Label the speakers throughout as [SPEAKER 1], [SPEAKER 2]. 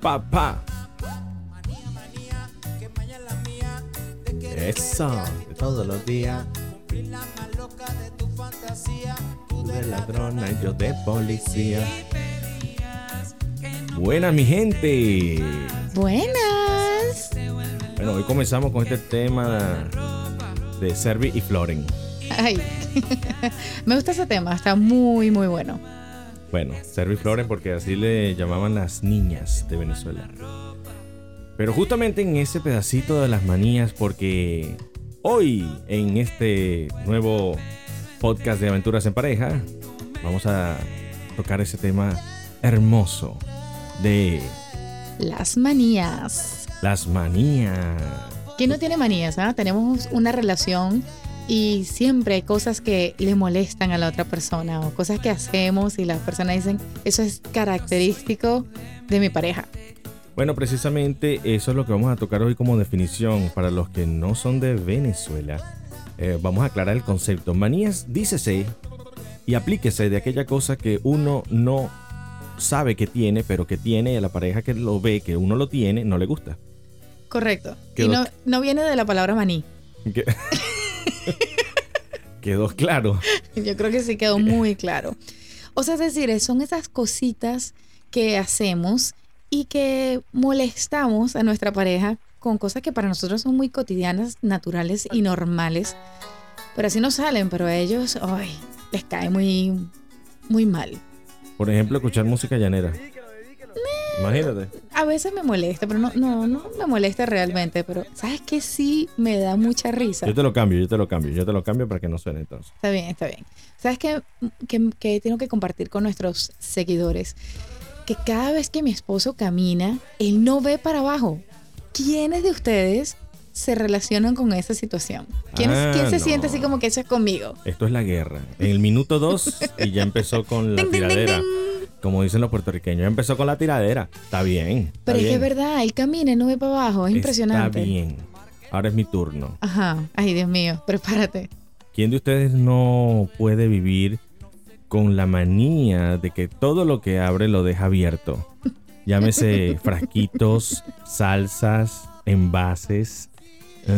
[SPEAKER 1] pa, pa.
[SPEAKER 2] Manía, manía, que maña la mía, de querer
[SPEAKER 1] Eso, de todos los días.
[SPEAKER 2] cumplir la más loca de tu fantasía. Tú
[SPEAKER 1] Tú
[SPEAKER 2] de
[SPEAKER 1] de
[SPEAKER 2] la
[SPEAKER 1] ladrona, yo de policía. Buenas, mi gente.
[SPEAKER 3] Buenas.
[SPEAKER 1] Bueno, hoy comenzamos con este tema de Servi y Floren.
[SPEAKER 3] Ay. Me gusta ese tema, está muy, muy bueno.
[SPEAKER 1] Bueno, Servi Floren porque así le llamaban las niñas de Venezuela. Pero justamente en ese pedacito de las manías porque hoy en este nuevo podcast de aventuras en pareja vamos a tocar ese tema hermoso de
[SPEAKER 3] Las manías.
[SPEAKER 1] las manías.
[SPEAKER 3] ¿Quién no tiene manías? ah? Tenemos una relación y siempre hay cosas que le molestan a la otra persona o cosas que hacemos y las personas dicen, eso es característico de mi pareja.
[SPEAKER 1] Bueno, precisamente eso es lo que vamos a tocar hoy como definición para los que no son de Venezuela. eh, vamos a aclarar el concepto. Manías, dícese y aplíquese de aquella cosa que uno no sabe que tiene, pero que tiene y a la pareja que lo ve, que uno lo tiene, no le gusta.
[SPEAKER 3] Correcto. Y
[SPEAKER 1] Quedó-
[SPEAKER 3] no, no viene de la palabra maní.
[SPEAKER 1] Que- Quedó claro.
[SPEAKER 3] Yo creo que sí quedó muy claro. O sea, es decir, son esas cositas que hacemos y que molestamos a nuestra pareja con cosas que para nosotros son muy cotidianas, naturales y normales. Pero así no salen, pero a ellos, ay, les cae muy, muy mal.
[SPEAKER 1] Por ejemplo, escuchar música llanera. Imagínate.
[SPEAKER 3] A veces me molesta, pero no, no, no me molesta realmente. Pero, ¿sabes qué? Sí me da mucha risa.
[SPEAKER 1] Yo te lo cambio, yo te lo cambio, yo te lo cambio para que no suene entonces.
[SPEAKER 3] Está bien, está bien. ¿Sabes qué, qué- qué tengo que compartir con nuestros seguidores? Que cada vez que mi esposo camina, él no ve para abajo. ¿Quiénes de ustedes se relacionan con esa situación? ¿Quién,
[SPEAKER 1] Ah,
[SPEAKER 3] quién se
[SPEAKER 1] no.
[SPEAKER 3] siente así como que eso es conmigo?
[SPEAKER 1] Esto es la guerra. En el minuto 2 y ya empezó con la
[SPEAKER 3] Tin, tin, tin,
[SPEAKER 1] tiradera.
[SPEAKER 3] tin.
[SPEAKER 1] Como dicen los puertorriqueños, ya empezó con la tiradera. Está bien. está
[SPEAKER 3] Pero es que
[SPEAKER 1] bien.
[SPEAKER 3] es verdad, él camina y no ve para abajo, es impresionante.
[SPEAKER 1] Está bien. Ahora es mi turno.
[SPEAKER 3] Ajá, ay Dios mío, prepárate.
[SPEAKER 1] ¿Quién de ustedes no puede vivir con la manía de que todo lo que abre lo deja abierto? Llámese frasquitos, salsas, envases,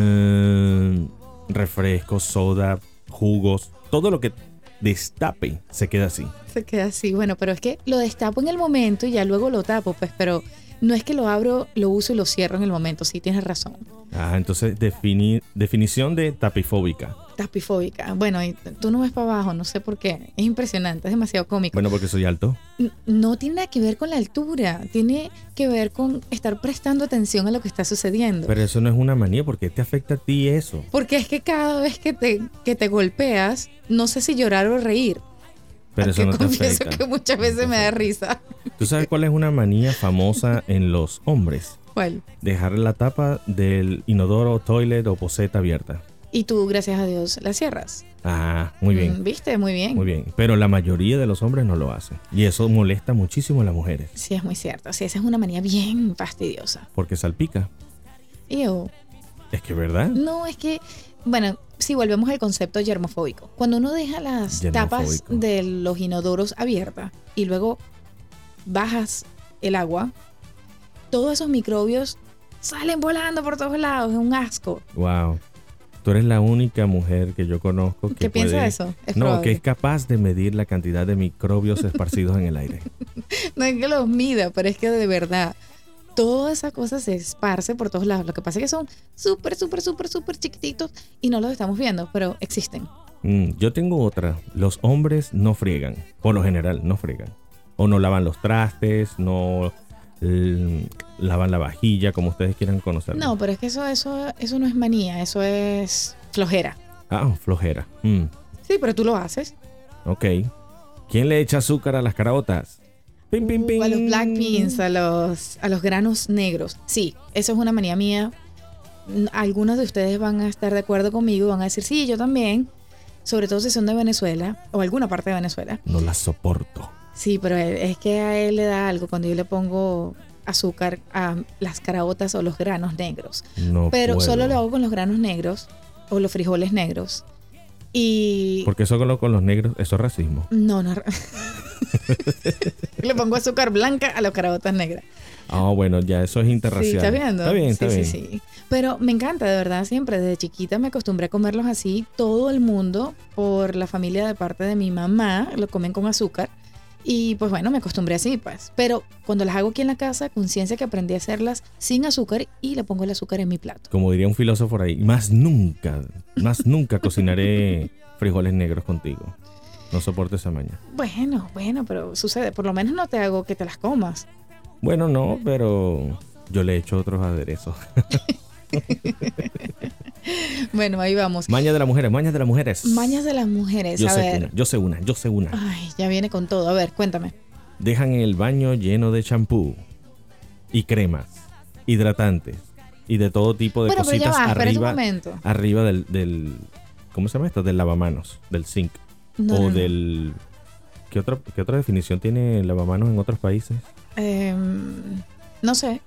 [SPEAKER 1] eh, refrescos, soda, jugos. Todo lo que destape se queda así.
[SPEAKER 3] Se queda así, bueno, pero es que lo destapo en el momento y ya luego lo tapo, pues, pero no es que lo abro, lo uso y lo cierro en el momento, sí, tienes razón.
[SPEAKER 1] Ah, entonces defini- definición de tapifóbica.
[SPEAKER 3] tapifóbica. Bueno, y t- tú no ves para abajo, no sé por qué. Es impresionante, es demasiado cómico.
[SPEAKER 1] Bueno, porque soy alto.
[SPEAKER 3] N- No tiene nada que ver con la altura, tiene que ver con estar prestando atención a lo que está sucediendo.
[SPEAKER 1] Pero eso no es una manía, porque te afecta a ti eso.
[SPEAKER 3] Porque es que cada vez que te, que te golpeas, no sé si llorar o reír.
[SPEAKER 1] Pero
[SPEAKER 3] aunque
[SPEAKER 1] eso no te
[SPEAKER 3] confieso
[SPEAKER 1] afecta.
[SPEAKER 3] que muchas veces me da risa.
[SPEAKER 1] ¿Tú sabes cuál es una manía famosa en los hombres?
[SPEAKER 3] Bueno,
[SPEAKER 1] Dejar la tapa del inodoro, toilet o poseta abierta.
[SPEAKER 3] y tú, gracias a Dios, la cierras.
[SPEAKER 1] Ah, muy
[SPEAKER 3] Mm,
[SPEAKER 1] bien.
[SPEAKER 3] ¿Viste? Muy bien.
[SPEAKER 1] Muy bien. Pero la mayoría de los hombres no lo hacen. Y eso molesta muchísimo a las mujeres.
[SPEAKER 3] Sí, es muy cierto. Sí, esa es una manía bien fastidiosa.
[SPEAKER 1] Porque salpica.
[SPEAKER 3] Ew.
[SPEAKER 1] Es que, ¿verdad?
[SPEAKER 3] No, es que, bueno, si volvemos al concepto germofóbico, cuando uno deja las tapas
[SPEAKER 1] Germofóbico.
[SPEAKER 3] de los inodoros abiertas y luego bajas el agua, todos esos microbios salen volando por todos lados, es un asco.
[SPEAKER 1] Wow. Tú eres la única mujer que yo conozco que
[SPEAKER 3] ¿Qué piensa
[SPEAKER 1] puede-
[SPEAKER 3] eso? Es
[SPEAKER 1] no, que
[SPEAKER 3] probable.
[SPEAKER 1] es capaz de medir la cantidad de microbios esparcidos en el aire.
[SPEAKER 3] No es que los mida, pero es que de verdad, toda esa cosa se esparce por todos lados. Lo que pasa es que son súper, súper, súper, súper chiquititos y no los estamos viendo, pero existen.
[SPEAKER 1] Mm, yo tengo otra. Los hombres no friegan. Por lo general, no friegan. O no lavan los trastes, no mm, lavan la vajilla, como ustedes quieran conocerlo.
[SPEAKER 3] No, pero es que eso, eso, eso no es manía, eso es flojera.
[SPEAKER 1] Ah, flojera. Mm,
[SPEAKER 3] Sí, pero tú lo haces.
[SPEAKER 1] ok. ¿Quién le echa azúcar a las caraotas? Pim, pim, pim.
[SPEAKER 3] O Uh, a los black beans, a los, a los granos negros. Sí, eso es una manía mía. N- Algunos de ustedes van a estar de acuerdo conmigo y van a decir, sí, yo también. Sobre todo si son de Venezuela o alguna parte de Venezuela.
[SPEAKER 1] No las soporto.
[SPEAKER 3] Sí, pero él- es que a él le da algo cuando yo le pongo azúcar a las caraotas o los granos negros.
[SPEAKER 1] No
[SPEAKER 3] Pero
[SPEAKER 1] puedo.
[SPEAKER 3] solo lo hago con los granos negros o los frijoles negros. Y...
[SPEAKER 1] Porque eso con, lo- con los negros, eso es racismo.
[SPEAKER 3] No, no. Le pongo azúcar blanca a las caraotas negras.
[SPEAKER 1] Ah, bueno, ya eso es interracial.
[SPEAKER 3] Sí, ¿estás viendo?
[SPEAKER 1] Está bien,
[SPEAKER 3] Sí,
[SPEAKER 1] está
[SPEAKER 3] sí,
[SPEAKER 1] bien.
[SPEAKER 3] sí. Pero me encanta, de verdad, siempre. Desde chiquita me acostumbré a comerlos así. Todo el mundo, por la familia de parte de mi mamá, lo comen con azúcar. Y pues bueno, me acostumbré así, pues. Pero cuando las hago aquí en la casa, conciencia que aprendí a hacerlas sin azúcar y le pongo el azúcar en mi plato.
[SPEAKER 1] Como diría un filósofo por ahí, más nunca, más nunca cocinaré frijoles negros contigo. No soporto esa maña.
[SPEAKER 3] Bueno, bueno, pero sucede. Por lo menos no te hago que te las comas.
[SPEAKER 1] Bueno, no, pero yo le he hecho otros aderezos.
[SPEAKER 3] Bueno, ahí vamos.
[SPEAKER 1] Maña de las mujeres, mañas de las mujeres.
[SPEAKER 3] Mañas de las mujeres,
[SPEAKER 1] yo
[SPEAKER 3] a
[SPEAKER 1] sé
[SPEAKER 3] ver.
[SPEAKER 1] una, yo sé una, yo sé una.
[SPEAKER 3] Ay, ya viene con todo. A ver, cuéntame.
[SPEAKER 1] Dejan el baño lleno de champú y cremas, hidratantes y de todo tipo de
[SPEAKER 3] Bueno, pero ya
[SPEAKER 1] cositas
[SPEAKER 3] va, espera un
[SPEAKER 1] arriba,
[SPEAKER 3] momento.
[SPEAKER 1] arriba del, del, ¿cómo se llama esto? Del lavamanos, del zinc.
[SPEAKER 3] No,
[SPEAKER 1] o
[SPEAKER 3] no, no.
[SPEAKER 1] del. ¿qué, otra ¿Qué otra definición tiene el lavamanos en otros países?
[SPEAKER 3] Em, no sé.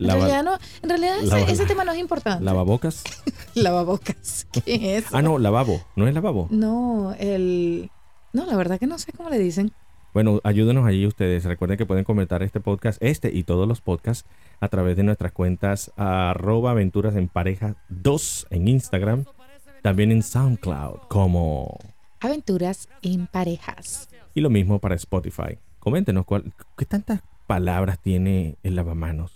[SPEAKER 3] En
[SPEAKER 1] Lava-
[SPEAKER 3] realidad, no, en realidad ese,
[SPEAKER 1] lava-
[SPEAKER 3] ese tema no es importante.
[SPEAKER 1] ¿Lavabocas?
[SPEAKER 3] Lavabocas. ¿Qué es?
[SPEAKER 1] Ah, no, lavabo. ¿No es lavabo?
[SPEAKER 3] No, el. No, la verdad que no sé cómo le dicen.
[SPEAKER 1] Bueno, ayúdenos allí ustedes. Recuerden que pueden comentar este podcast, este y todos los podcasts, a través de nuestras cuentas arroba aventuras en pareja 2 en Instagram. También en SoundCloud, como.
[SPEAKER 3] Aventuras en parejas.
[SPEAKER 1] Y lo mismo para Spotify. Coméntenos cuál, qué tantas palabras tiene el lavamanos.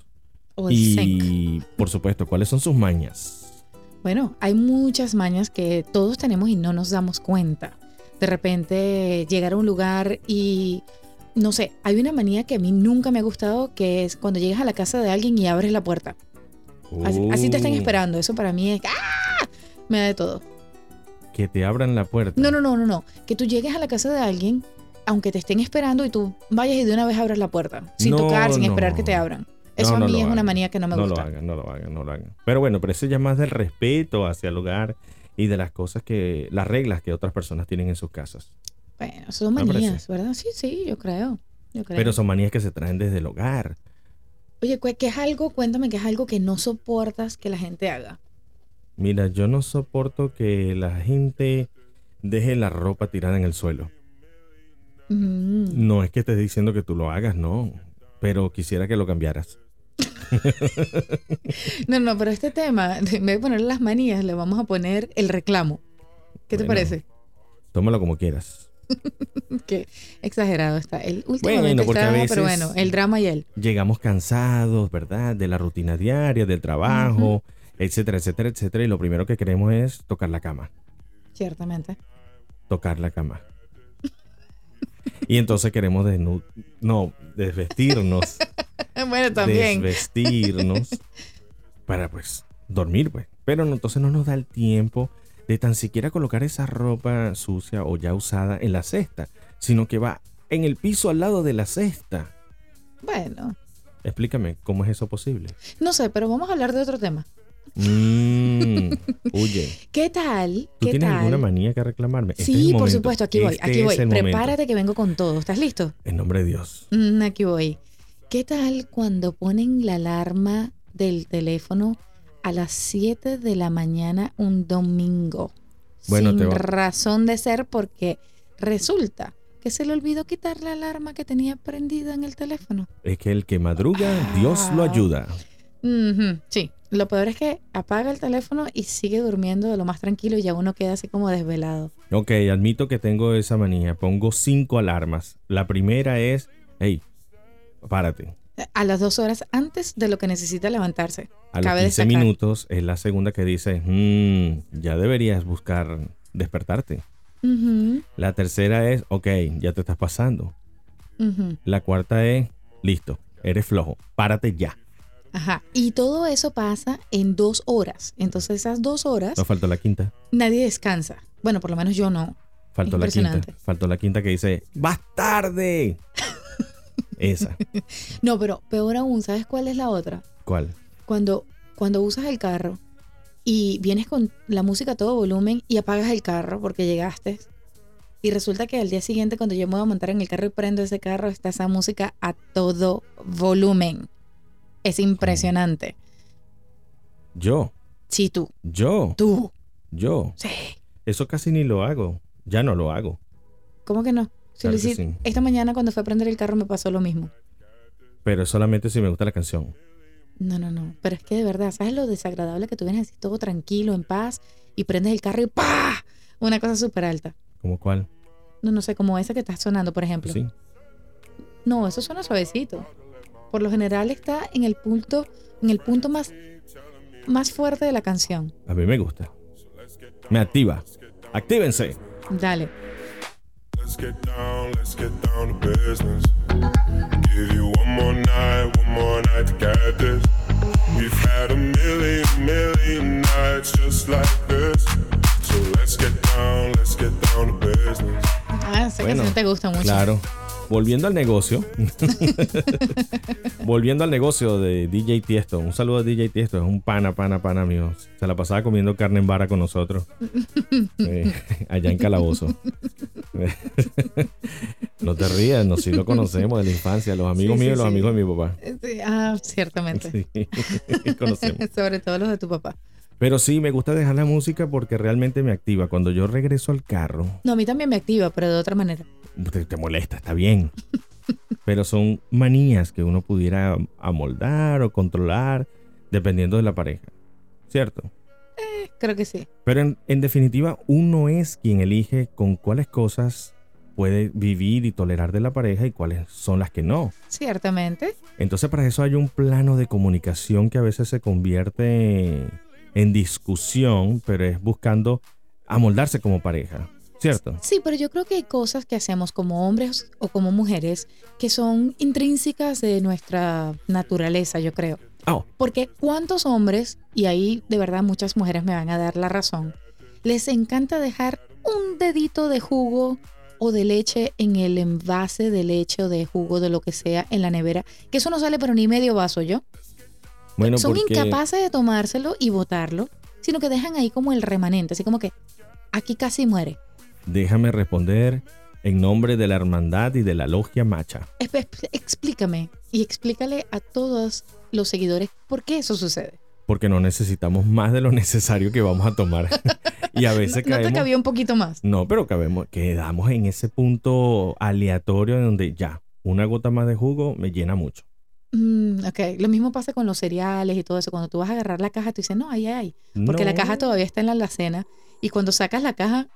[SPEAKER 3] O el zinc.
[SPEAKER 1] Y, por supuesto, cuáles son sus mañas.
[SPEAKER 3] Bueno, hay muchas mañas que todos tenemos y no nos damos cuenta. De repente llegar a un lugar y. No sé, hay una manía que a mí nunca me ha gustado que es cuando llegas a la casa de alguien y abres la puerta. Así, así te están
[SPEAKER 1] Oh.
[SPEAKER 3] esperando. Eso para mí es. ¡Ah! Me da de todo.
[SPEAKER 1] Que te abran la puerta.
[SPEAKER 3] No, no, no, no, no. Que tú llegues a la casa de alguien, aunque te estén esperando, y tú vayas y de una vez abras la puerta. Sin
[SPEAKER 1] No,
[SPEAKER 3] tocar, sin
[SPEAKER 1] no.
[SPEAKER 3] esperar que te abran. Eso
[SPEAKER 1] No, no
[SPEAKER 3] a mí
[SPEAKER 1] lo
[SPEAKER 3] es una
[SPEAKER 1] hagan.
[SPEAKER 3] manía que no me
[SPEAKER 1] No lo
[SPEAKER 3] gusta.
[SPEAKER 1] hagan, no lo hagan, no lo hagan. Pero bueno, pero eso ya más del respeto hacia el hogar y de las cosas que, las reglas que otras personas tienen en sus casas.
[SPEAKER 3] Bueno, son
[SPEAKER 1] Me parece.
[SPEAKER 3] manías, ¿verdad? Sí, sí, yo creo. Yo creo.
[SPEAKER 1] Pero son manías que se traen desde el hogar.
[SPEAKER 3] Oye, ¿cu- ¿qué es algo? Cuéntame, ¿qué es algo que no soportas que la gente haga?
[SPEAKER 1] Mira, yo no soporto que la gente deje la ropa tirada en el suelo.
[SPEAKER 3] Mm.
[SPEAKER 1] No es que estés diciendo que tú lo hagas, no. Pero quisiera que lo cambiaras.
[SPEAKER 3] No, no, pero este tema, en vez de poner las manías, le vamos a poner el reclamo. ¿Qué te
[SPEAKER 1] Bueno.
[SPEAKER 3] parece?
[SPEAKER 1] Tómalo como quieras.
[SPEAKER 3] Que exagerado está. El últimamente
[SPEAKER 1] porque a
[SPEAKER 3] está, pero
[SPEAKER 1] veces-
[SPEAKER 3] bueno, el drama y él.
[SPEAKER 1] llegamos cansados, ¿verdad? De la rutina diaria, del trabajo, etcétera, etcétera, etcétera. Y lo primero que queremos es tocar la cama,
[SPEAKER 3] Ciertamente.
[SPEAKER 1] tocar la cama. Y entonces queremos desnu no, desvestirnos,
[SPEAKER 3] Bueno, también.
[SPEAKER 1] desvestirnos para pues dormir, pues. Pero no- entonces no nos da el tiempo de tan siquiera colocar esa ropa sucia o ya usada en la cesta, sino que va en el piso al lado de la cesta.
[SPEAKER 3] Bueno,
[SPEAKER 1] Explícame, ¿cómo es eso posible?
[SPEAKER 3] no sé, pero vamos a hablar de otro tema.
[SPEAKER 1] Mm, oye,
[SPEAKER 3] ¿Qué tal?
[SPEAKER 1] ¿tú
[SPEAKER 3] ¿Qué
[SPEAKER 1] tienes
[SPEAKER 3] tal?
[SPEAKER 1] alguna manía que reclamarme? Este es el
[SPEAKER 3] sí, por
[SPEAKER 1] momento.
[SPEAKER 3] supuesto, aquí voy,
[SPEAKER 1] Este
[SPEAKER 3] aquí voy.
[SPEAKER 1] es el momento.
[SPEAKER 3] Prepárate que vengo con todo. ¿Estás listo?
[SPEAKER 1] En nombre de Dios.
[SPEAKER 3] Mm, aquí voy. ¿Qué tal cuando ponen la alarma del teléfono a las 7 de la mañana un domingo?
[SPEAKER 1] Bueno,
[SPEAKER 3] Sin
[SPEAKER 1] te va-
[SPEAKER 3] razón de ser porque resulta que se le olvidó quitar la alarma que tenía prendida en el teléfono.
[SPEAKER 1] Es que el que madruga, Dios lo
[SPEAKER 3] Ah.
[SPEAKER 1] ayuda.
[SPEAKER 3] Ujú, Sí, lo peor es que apaga el teléfono y sigue durmiendo de lo más tranquilo y ya uno queda así como desvelado.
[SPEAKER 1] Ok, admito que tengo esa manía. Pongo cinco alarmas. La primera es, hey, párate.
[SPEAKER 3] A las dos horas antes de lo que necesita levantarse.
[SPEAKER 1] A los
[SPEAKER 3] Cabe
[SPEAKER 1] 15
[SPEAKER 3] destacar.
[SPEAKER 1] minutos es la segunda que dice, "Mm, ya deberías buscar despertarte.
[SPEAKER 3] Ujú,
[SPEAKER 1] La tercera es, ok, ya te estás pasando.
[SPEAKER 3] ujú,
[SPEAKER 1] La cuarta es, listo, eres flojo, párate ya.
[SPEAKER 3] Ajá. Y todo eso pasa en dos horas. Entonces esas dos horas
[SPEAKER 1] Nos faltó la quinta.
[SPEAKER 3] nadie descansa. Bueno, por lo menos yo no.
[SPEAKER 1] Faltó la quinta.
[SPEAKER 3] Impresionante.
[SPEAKER 1] Faltó la quinta que dice, ¡Vas tarde! Esa.
[SPEAKER 3] No, pero peor aún, ¿sabes cuál es la otra?
[SPEAKER 1] ¿Cuál?
[SPEAKER 3] Cuando, cuando usas el carro y vienes con la música a todo volumen y apagas el carro porque llegaste. Y resulta que al día siguiente cuando yo me voy a montar en el carro y prendo ese carro, está esa música a todo volumen. Es impresionante.
[SPEAKER 1] Yo,
[SPEAKER 3] Sí, tú,
[SPEAKER 1] yo,
[SPEAKER 3] tú.
[SPEAKER 1] yo.
[SPEAKER 3] Sí.
[SPEAKER 1] Eso casi ni lo hago. Ya no lo hago.
[SPEAKER 3] ¿Cómo que no? Si lo
[SPEAKER 1] Claro que
[SPEAKER 3] hici-
[SPEAKER 1] sí.
[SPEAKER 3] Esta mañana cuando fue a prender el carro me pasó lo mismo.
[SPEAKER 1] pero solamente si me gusta la canción.
[SPEAKER 3] No, no, no. Pero es que de verdad, ¿sabes lo desagradable que tú vienes así todo tranquilo, en paz, y prendes el carro y ¡pa! Una cosa súper alta.
[SPEAKER 1] ¿Como cuál?
[SPEAKER 3] No, no sé, como esa que está sonando, por ejemplo.
[SPEAKER 1] Pues sí.
[SPEAKER 3] No, eso suena suavecito. Por lo general está en el punto, en el punto más, más fuerte de la canción.
[SPEAKER 1] A mí me gusta. Me activa. Actívense.
[SPEAKER 3] Dale.
[SPEAKER 4] Let's get down, let's get down to business. Give you one more night, one more night to get this. We've had a million, million nights just like this. So let's get down, let's get down to business.
[SPEAKER 3] Ah, esa
[SPEAKER 1] Bueno,
[SPEAKER 3] canción te gusta mucho.
[SPEAKER 1] Claro. Volviendo al negocio. Volviendo al negocio de DJ Tiesto. Un saludo a DJ Tiesto. Es un pana, pana, pana, amigo. Se la pasaba comiendo carne en vara con nosotros. Eh, allá en Calabozo. no te rías, no, si lo conocemos de la infancia. Los amigos
[SPEAKER 3] Sí, sí,
[SPEAKER 1] míos y los
[SPEAKER 3] sí.
[SPEAKER 1] amigos de mi papá.
[SPEAKER 3] Sí, Ah, ciertamente.
[SPEAKER 1] Sí, conocemos.
[SPEAKER 3] Sobre todo los de tu papá.
[SPEAKER 1] Pero sí, me gusta dejar la música porque realmente me activa. Cuando yo regreso al carro,
[SPEAKER 3] No, a mí también me activa, pero de otra manera.
[SPEAKER 1] te, te molesta, está bien. Pero son manías que uno pudiera amoldar o controlar dependiendo de la pareja, ¿cierto?
[SPEAKER 3] Creo que sí.
[SPEAKER 1] Pero en, en definitiva, uno es quien elige con cuáles cosas puede vivir y tolerar de la pareja y cuáles son las que no.
[SPEAKER 3] Ciertamente.
[SPEAKER 1] Entonces para eso hay un plano de comunicación que a veces se convierte en discusión, pero es buscando amoldarse como pareja, ¿cierto?
[SPEAKER 3] Sí, pero yo creo que hay cosas que hacemos como hombres o como mujeres que son intrínsecas de nuestra naturaleza, yo creo.
[SPEAKER 1] Oh,
[SPEAKER 3] Porque cuántos hombres, y ahí de verdad muchas mujeres me van a dar la razón, les encanta dejar un dedito de jugo o de leche en el envase de leche o de jugo de lo que sea en la nevera, que eso no sale pero ni medio vaso yo.
[SPEAKER 1] bueno,
[SPEAKER 3] Son
[SPEAKER 1] porque
[SPEAKER 3] incapaces de tomárselo y botarlo, sino que dejan ahí como el remanente, así como que aquí casi muere.
[SPEAKER 1] déjame responder en nombre de la hermandad y de la logia macha.
[SPEAKER 3] Espe- Explícame y explícale a todos los seguidores por qué eso sucede.
[SPEAKER 1] Porque no necesitamos más de lo necesario que vamos a tomar. y a
[SPEAKER 3] No,
[SPEAKER 1] veces
[SPEAKER 3] no te
[SPEAKER 1] caemos.
[SPEAKER 3] cabía un poquito más.
[SPEAKER 1] No, pero cabemos, quedamos en ese punto aleatorio en donde ya, una gota más de jugo me llena mucho.
[SPEAKER 3] Mm, ok, lo mismo pasa con los cereales y todo eso. Cuando tú vas a agarrar la caja, tú dices, no, ahí hay. Porque la
[SPEAKER 1] No.
[SPEAKER 3] caja todavía está en la alacena. Y cuando sacas la caja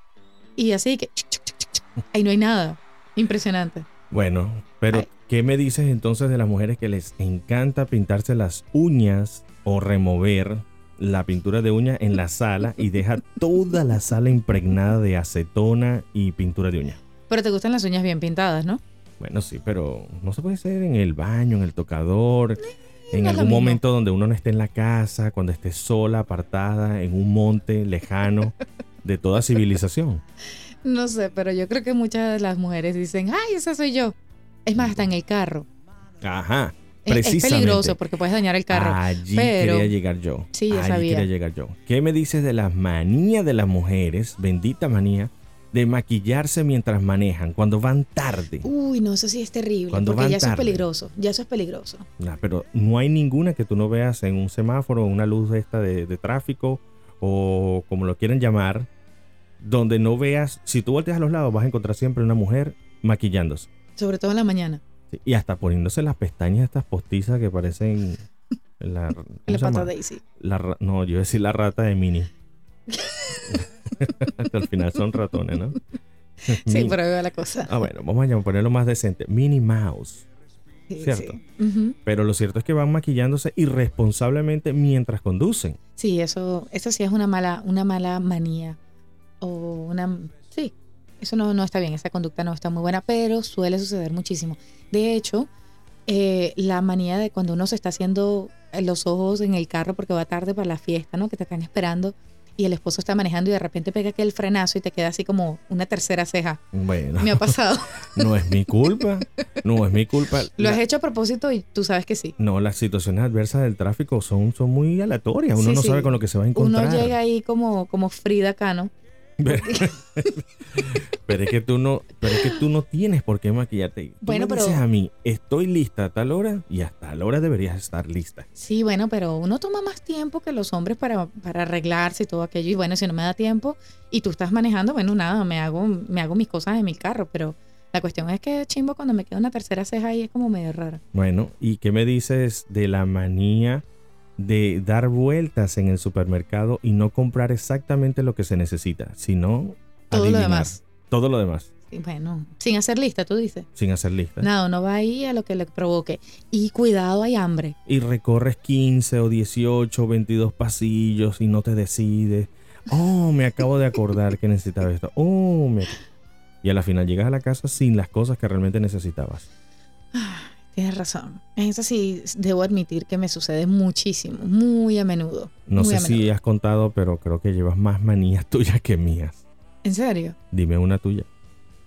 [SPEAKER 3] y así que... chuc, chuc, chuc, chuc, chuc, Ahí no hay nada. Impresionante.
[SPEAKER 1] Bueno, pero
[SPEAKER 3] Ay.
[SPEAKER 1] ¿qué me dices entonces de las mujeres que les encanta pintarse las uñas o remover la pintura de uña en la sala y deja toda la sala impregnada de acetona y pintura de uña?
[SPEAKER 3] Pero te gustan las uñas bien pintadas, ¿no?
[SPEAKER 1] Bueno, sí, pero no se puede hacer en el baño, en el tocador, en
[SPEAKER 3] no es lo
[SPEAKER 1] algún
[SPEAKER 3] mismo.
[SPEAKER 1] momento donde uno no esté en la casa, cuando esté sola, apartada, en un monte lejano de toda civilización.
[SPEAKER 3] No sé, pero yo creo que muchas de las mujeres dicen, ay, esa soy yo. Es más, hasta en el carro.
[SPEAKER 1] Ajá,
[SPEAKER 3] Es- Es,
[SPEAKER 1] precisamente.
[SPEAKER 3] peligroso porque puedes dañar el carro.
[SPEAKER 1] Allí
[SPEAKER 3] pero-
[SPEAKER 1] quería llegar yo.
[SPEAKER 3] Sí, ya
[SPEAKER 1] Allí
[SPEAKER 3] sabía.
[SPEAKER 1] quería llegar yo. ¿Qué me dices de las manías de las mujeres, bendita manía, de maquillarse mientras manejan, cuando van tarde?
[SPEAKER 3] Uy, no, eso sí es terrible.
[SPEAKER 1] Cuando
[SPEAKER 3] porque
[SPEAKER 1] van
[SPEAKER 3] ya eso
[SPEAKER 1] tarde.
[SPEAKER 3] es peligroso. Ya eso es peligroso.
[SPEAKER 1] Nah, pero no hay ninguna que tú no veas en un semáforo, en una luz de esta de, de tráfico o como lo quieren llamar, donde no veas, si tú volteas a los lados vas a encontrar siempre una mujer maquillándose
[SPEAKER 3] Sobre todo en la mañana.
[SPEAKER 1] Sí, y hasta poniéndose las pestañas estas postizas que parecen la, ¿cómo
[SPEAKER 3] En la
[SPEAKER 1] se llama?
[SPEAKER 3] pata Daisy.
[SPEAKER 1] La ra- no, yo iba a decir la rata de Mini. Hasta al final son ratones, ¿no?
[SPEAKER 3] Sí,
[SPEAKER 1] Mini.
[SPEAKER 3] por ahí va la cosa.
[SPEAKER 1] Ah, bueno, vamos a llam- ponerlo más decente. Mini Mouse.
[SPEAKER 3] Sí,
[SPEAKER 1] cierto.
[SPEAKER 3] Sí. Ujú.
[SPEAKER 1] Pero lo cierto es que van maquillándose irresponsablemente mientras conducen.
[SPEAKER 3] Sí, eso, eso sí es una mala, una mala manía. O una. Sí, eso no, no está bien, esa conducta no está muy buena, pero suele suceder muchísimo. De hecho, eh, la manía de cuando uno se está haciendo los ojos en el carro porque va tarde para la fiesta, ¿no? Que te están esperando y el esposo está manejando y de repente pega aquel frenazo y te queda así como una tercera ceja.
[SPEAKER 1] Bueno,
[SPEAKER 3] Me ha pasado.
[SPEAKER 1] no es mi culpa. No es mi culpa.
[SPEAKER 3] Lo has
[SPEAKER 1] La-
[SPEAKER 3] hecho a propósito y tú sabes que sí.
[SPEAKER 1] no, las situaciones adversas del tráfico son, son muy aleatorias. Uno
[SPEAKER 3] Sí,
[SPEAKER 1] no
[SPEAKER 3] sí.
[SPEAKER 1] sabe con lo que se va a
[SPEAKER 3] Uno
[SPEAKER 1] encontrar.
[SPEAKER 3] llega ahí como, como Frida Cano.
[SPEAKER 1] Pero es que tú no, pero es que tú no tienes por qué maquillarte. Tú
[SPEAKER 3] Bueno,
[SPEAKER 1] me
[SPEAKER 3] pero-
[SPEAKER 1] dices a mí, estoy lista a tal hora y a tal hora deberías estar lista.
[SPEAKER 3] Sí, bueno, pero uno toma más tiempo que los hombres para, para arreglarse y todo aquello. Y bueno, si no me da tiempo y tú estás manejando, bueno, nada, me hago, me hago mis cosas en mi carro, pero La cuestión es que chimbo cuando me queda una tercera ceja ahí es como medio raro.
[SPEAKER 1] Bueno, ¿y qué me dices de la manía de dar vueltas en el supermercado y no comprar exactamente lo que se necesita, sino
[SPEAKER 3] Todo
[SPEAKER 1] adivinar?
[SPEAKER 3] lo demás.
[SPEAKER 1] Todo lo demás,
[SPEAKER 3] Y bueno, sin hacer lista, tú dices.
[SPEAKER 1] sin hacer lista.
[SPEAKER 3] No, no va ahí a lo que le provoque. Y cuidado, hay hambre.
[SPEAKER 1] Y recorres 15 o 18 o 22 pasillos y no te decides. Oh, me acabo de acordar que necesitaba esto. Oh, me... Y a la final llegas a la casa sin las cosas que realmente necesitabas.
[SPEAKER 3] Tienes razón. Eso sí, debo admitir que me sucede muchísimo, muy a menudo.
[SPEAKER 1] No
[SPEAKER 3] muy
[SPEAKER 1] sé
[SPEAKER 3] a
[SPEAKER 1] si
[SPEAKER 3] menudo.
[SPEAKER 1] has contado, pero creo que llevas más manías tuyas que mías.
[SPEAKER 3] ¿En serio?
[SPEAKER 1] Dime una tuya.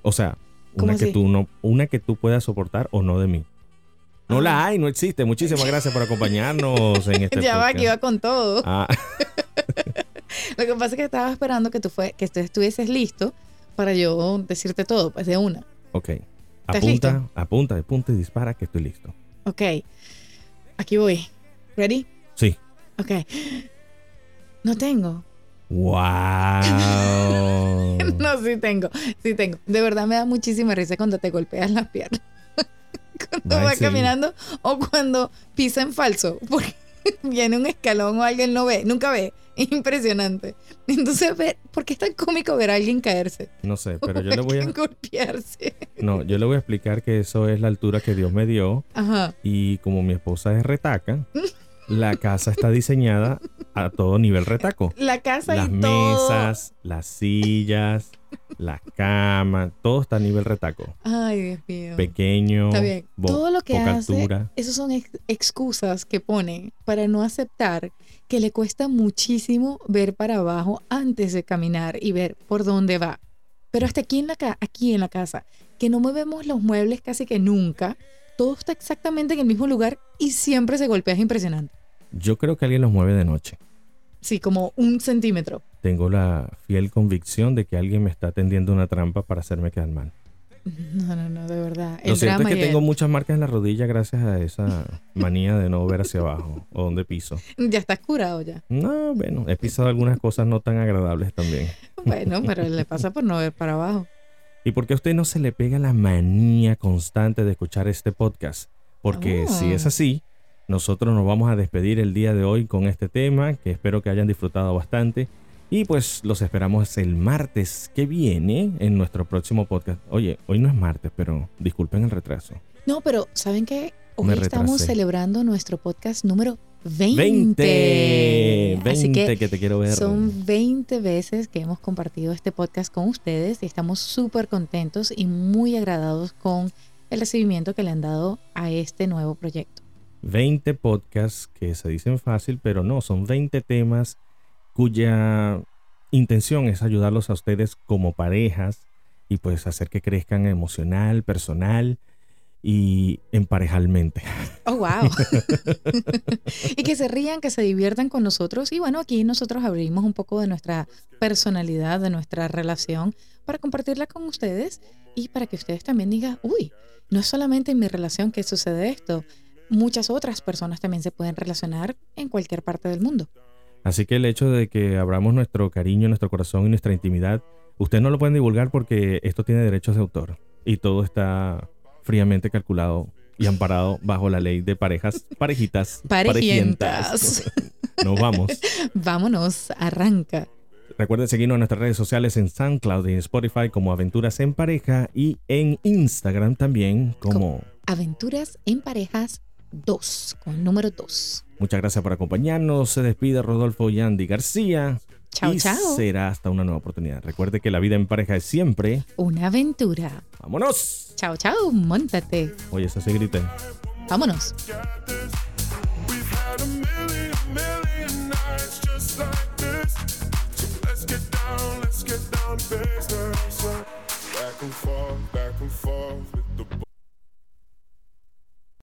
[SPEAKER 1] O sea,
[SPEAKER 3] ¿Cómo
[SPEAKER 1] una que
[SPEAKER 3] así?
[SPEAKER 1] tú no, una que tú puedas soportar o no de mí.
[SPEAKER 3] Ah.
[SPEAKER 1] No la hay, no existe. Muchísimas gracias por acompañarnos en este
[SPEAKER 3] ya va,
[SPEAKER 1] podcast.
[SPEAKER 3] que iba con todo.
[SPEAKER 1] Ah,
[SPEAKER 3] Lo que pasa es que estaba esperando que tú, fue, que tú estuvieses listo para yo decirte todo, pues de una.
[SPEAKER 1] ok. Apunta,
[SPEAKER 3] listo?
[SPEAKER 1] apunta, apunta y dispara que estoy listo.
[SPEAKER 3] Ok. Aquí voy. ¿Ready?
[SPEAKER 1] Sí.
[SPEAKER 3] Ok. No tengo.
[SPEAKER 1] Wow.
[SPEAKER 3] No, sí tengo. Sí tengo. De verdad me da muchísima risa cuando te golpeas las piernas. Cuando
[SPEAKER 1] Ay,
[SPEAKER 3] vas
[SPEAKER 1] sí.
[SPEAKER 3] caminando o cuando pisa en falso. Porque viene un escalón o alguien no ve. Nunca ve. Es impresionante. Entonces, ve- ¿por qué es tan cómico ver a alguien caerse?
[SPEAKER 1] No sé, pero yo le voy a
[SPEAKER 3] golpearse.
[SPEAKER 1] no, yo le voy a explicar que eso es la altura que Dios me dio
[SPEAKER 3] Ajá.
[SPEAKER 1] y como mi esposa es retaca, la casa está diseñada a todo nivel retaco.
[SPEAKER 3] La casa
[SPEAKER 1] las
[SPEAKER 3] y todo.
[SPEAKER 1] mesas, las sillas, la cama, todo está a nivel retaco.
[SPEAKER 3] Ay, Dios mío.
[SPEAKER 1] Pequeño,
[SPEAKER 3] Está bien.
[SPEAKER 1] bo-
[SPEAKER 3] Todo lo que
[SPEAKER 1] poca
[SPEAKER 3] hace,
[SPEAKER 1] altura.
[SPEAKER 3] esas son ex- excusas que pone para no aceptar que le cuesta muchísimo ver para abajo antes de caminar y ver por dónde va. Pero hasta aquí en la, ca- aquí en la casa, que no movemos los muebles casi que nunca, todo está exactamente en el mismo lugar y siempre se golpea, es impresionante.
[SPEAKER 1] Yo creo que alguien los mueve de noche.
[SPEAKER 3] Sí, como un centímetro.
[SPEAKER 1] Tengo la fiel convicción de que alguien me está tendiendo una trampa para hacerme quedar mal.
[SPEAKER 3] No, no, no, de verdad. El
[SPEAKER 1] Lo cierto es
[SPEAKER 3] drama
[SPEAKER 1] que
[SPEAKER 3] y el-
[SPEAKER 1] tengo muchas marcas en la rodilla gracias a esa manía de no ver hacia abajo o donde piso.
[SPEAKER 3] Ya estás curado ya.
[SPEAKER 1] No, bueno, he pisado algunas cosas no tan agradables también.
[SPEAKER 3] Bueno, pero le pasa por no ver para abajo.
[SPEAKER 1] ¿Y por qué a usted no se le pega la manía constante de escuchar este podcast? Porque
[SPEAKER 3] Ah.
[SPEAKER 1] si es así, nosotros nos vamos a despedir el día de hoy con este tema, que espero que hayan disfrutado bastante. Y pues los esperamos el martes que viene en nuestro próximo podcast. Oye, hoy no es martes, pero disculpen el retraso.
[SPEAKER 3] No, pero ¿saben qué? Hoy
[SPEAKER 1] Me
[SPEAKER 3] estamos
[SPEAKER 1] retrasé.
[SPEAKER 3] celebrando nuestro podcast número
[SPEAKER 1] 20,
[SPEAKER 3] 20.
[SPEAKER 1] 20
[SPEAKER 3] Así
[SPEAKER 1] que,
[SPEAKER 3] que
[SPEAKER 1] te quiero ver.
[SPEAKER 3] son 20 veces que hemos compartido este podcast con ustedes y estamos súper contentos y muy agradados con el recibimiento que le han dado a este nuevo proyecto.
[SPEAKER 1] 20 podcasts que se dicen fácil, pero no, son 20 temas cuya intención es ayudarlos a ustedes como parejas y pues hacer que crezcan emocional, personal y emparejalmente.
[SPEAKER 3] ¡Oh, wow! y que se rían, que se diviertan con nosotros. Y bueno, aquí nosotros abrimos un poco de nuestra personalidad, de nuestra relación, para compartirla con ustedes y para que ustedes también digan, uy, no es solamente en mi relación que sucede esto, muchas otras personas también se pueden relacionar en cualquier parte del mundo.
[SPEAKER 1] Así que el hecho de que abramos nuestro cariño, nuestro corazón y nuestra intimidad, ustedes no lo pueden divulgar porque esto tiene derechos de autor y todo está fríamente calculado y amparado bajo la ley de parejas, parejitas,
[SPEAKER 3] Parejientas.
[SPEAKER 1] Nos vamos.
[SPEAKER 3] Vámonos, arranca.
[SPEAKER 1] Recuerden seguirnos en nuestras redes sociales en SoundCloud y en Spotify como Aventuras en Pareja y en Instagram también como...
[SPEAKER 3] Aventuras en parejas 2, con el número 2.
[SPEAKER 1] Muchas gracias por acompañarnos. Se despide Rodolfo y Andy García.
[SPEAKER 3] Chao,
[SPEAKER 1] y
[SPEAKER 3] chao.
[SPEAKER 1] será hasta una nueva oportunidad. Recuerde que la vida en pareja es siempre...
[SPEAKER 3] Una aventura.
[SPEAKER 1] ¡Vámonos!
[SPEAKER 3] Chao, chao, montate.
[SPEAKER 1] Oye, eso sí grité.
[SPEAKER 3] Vámonos.
[SPEAKER 4] got this. We've had a million, million nights just like this. So let's get down, let's get down to business.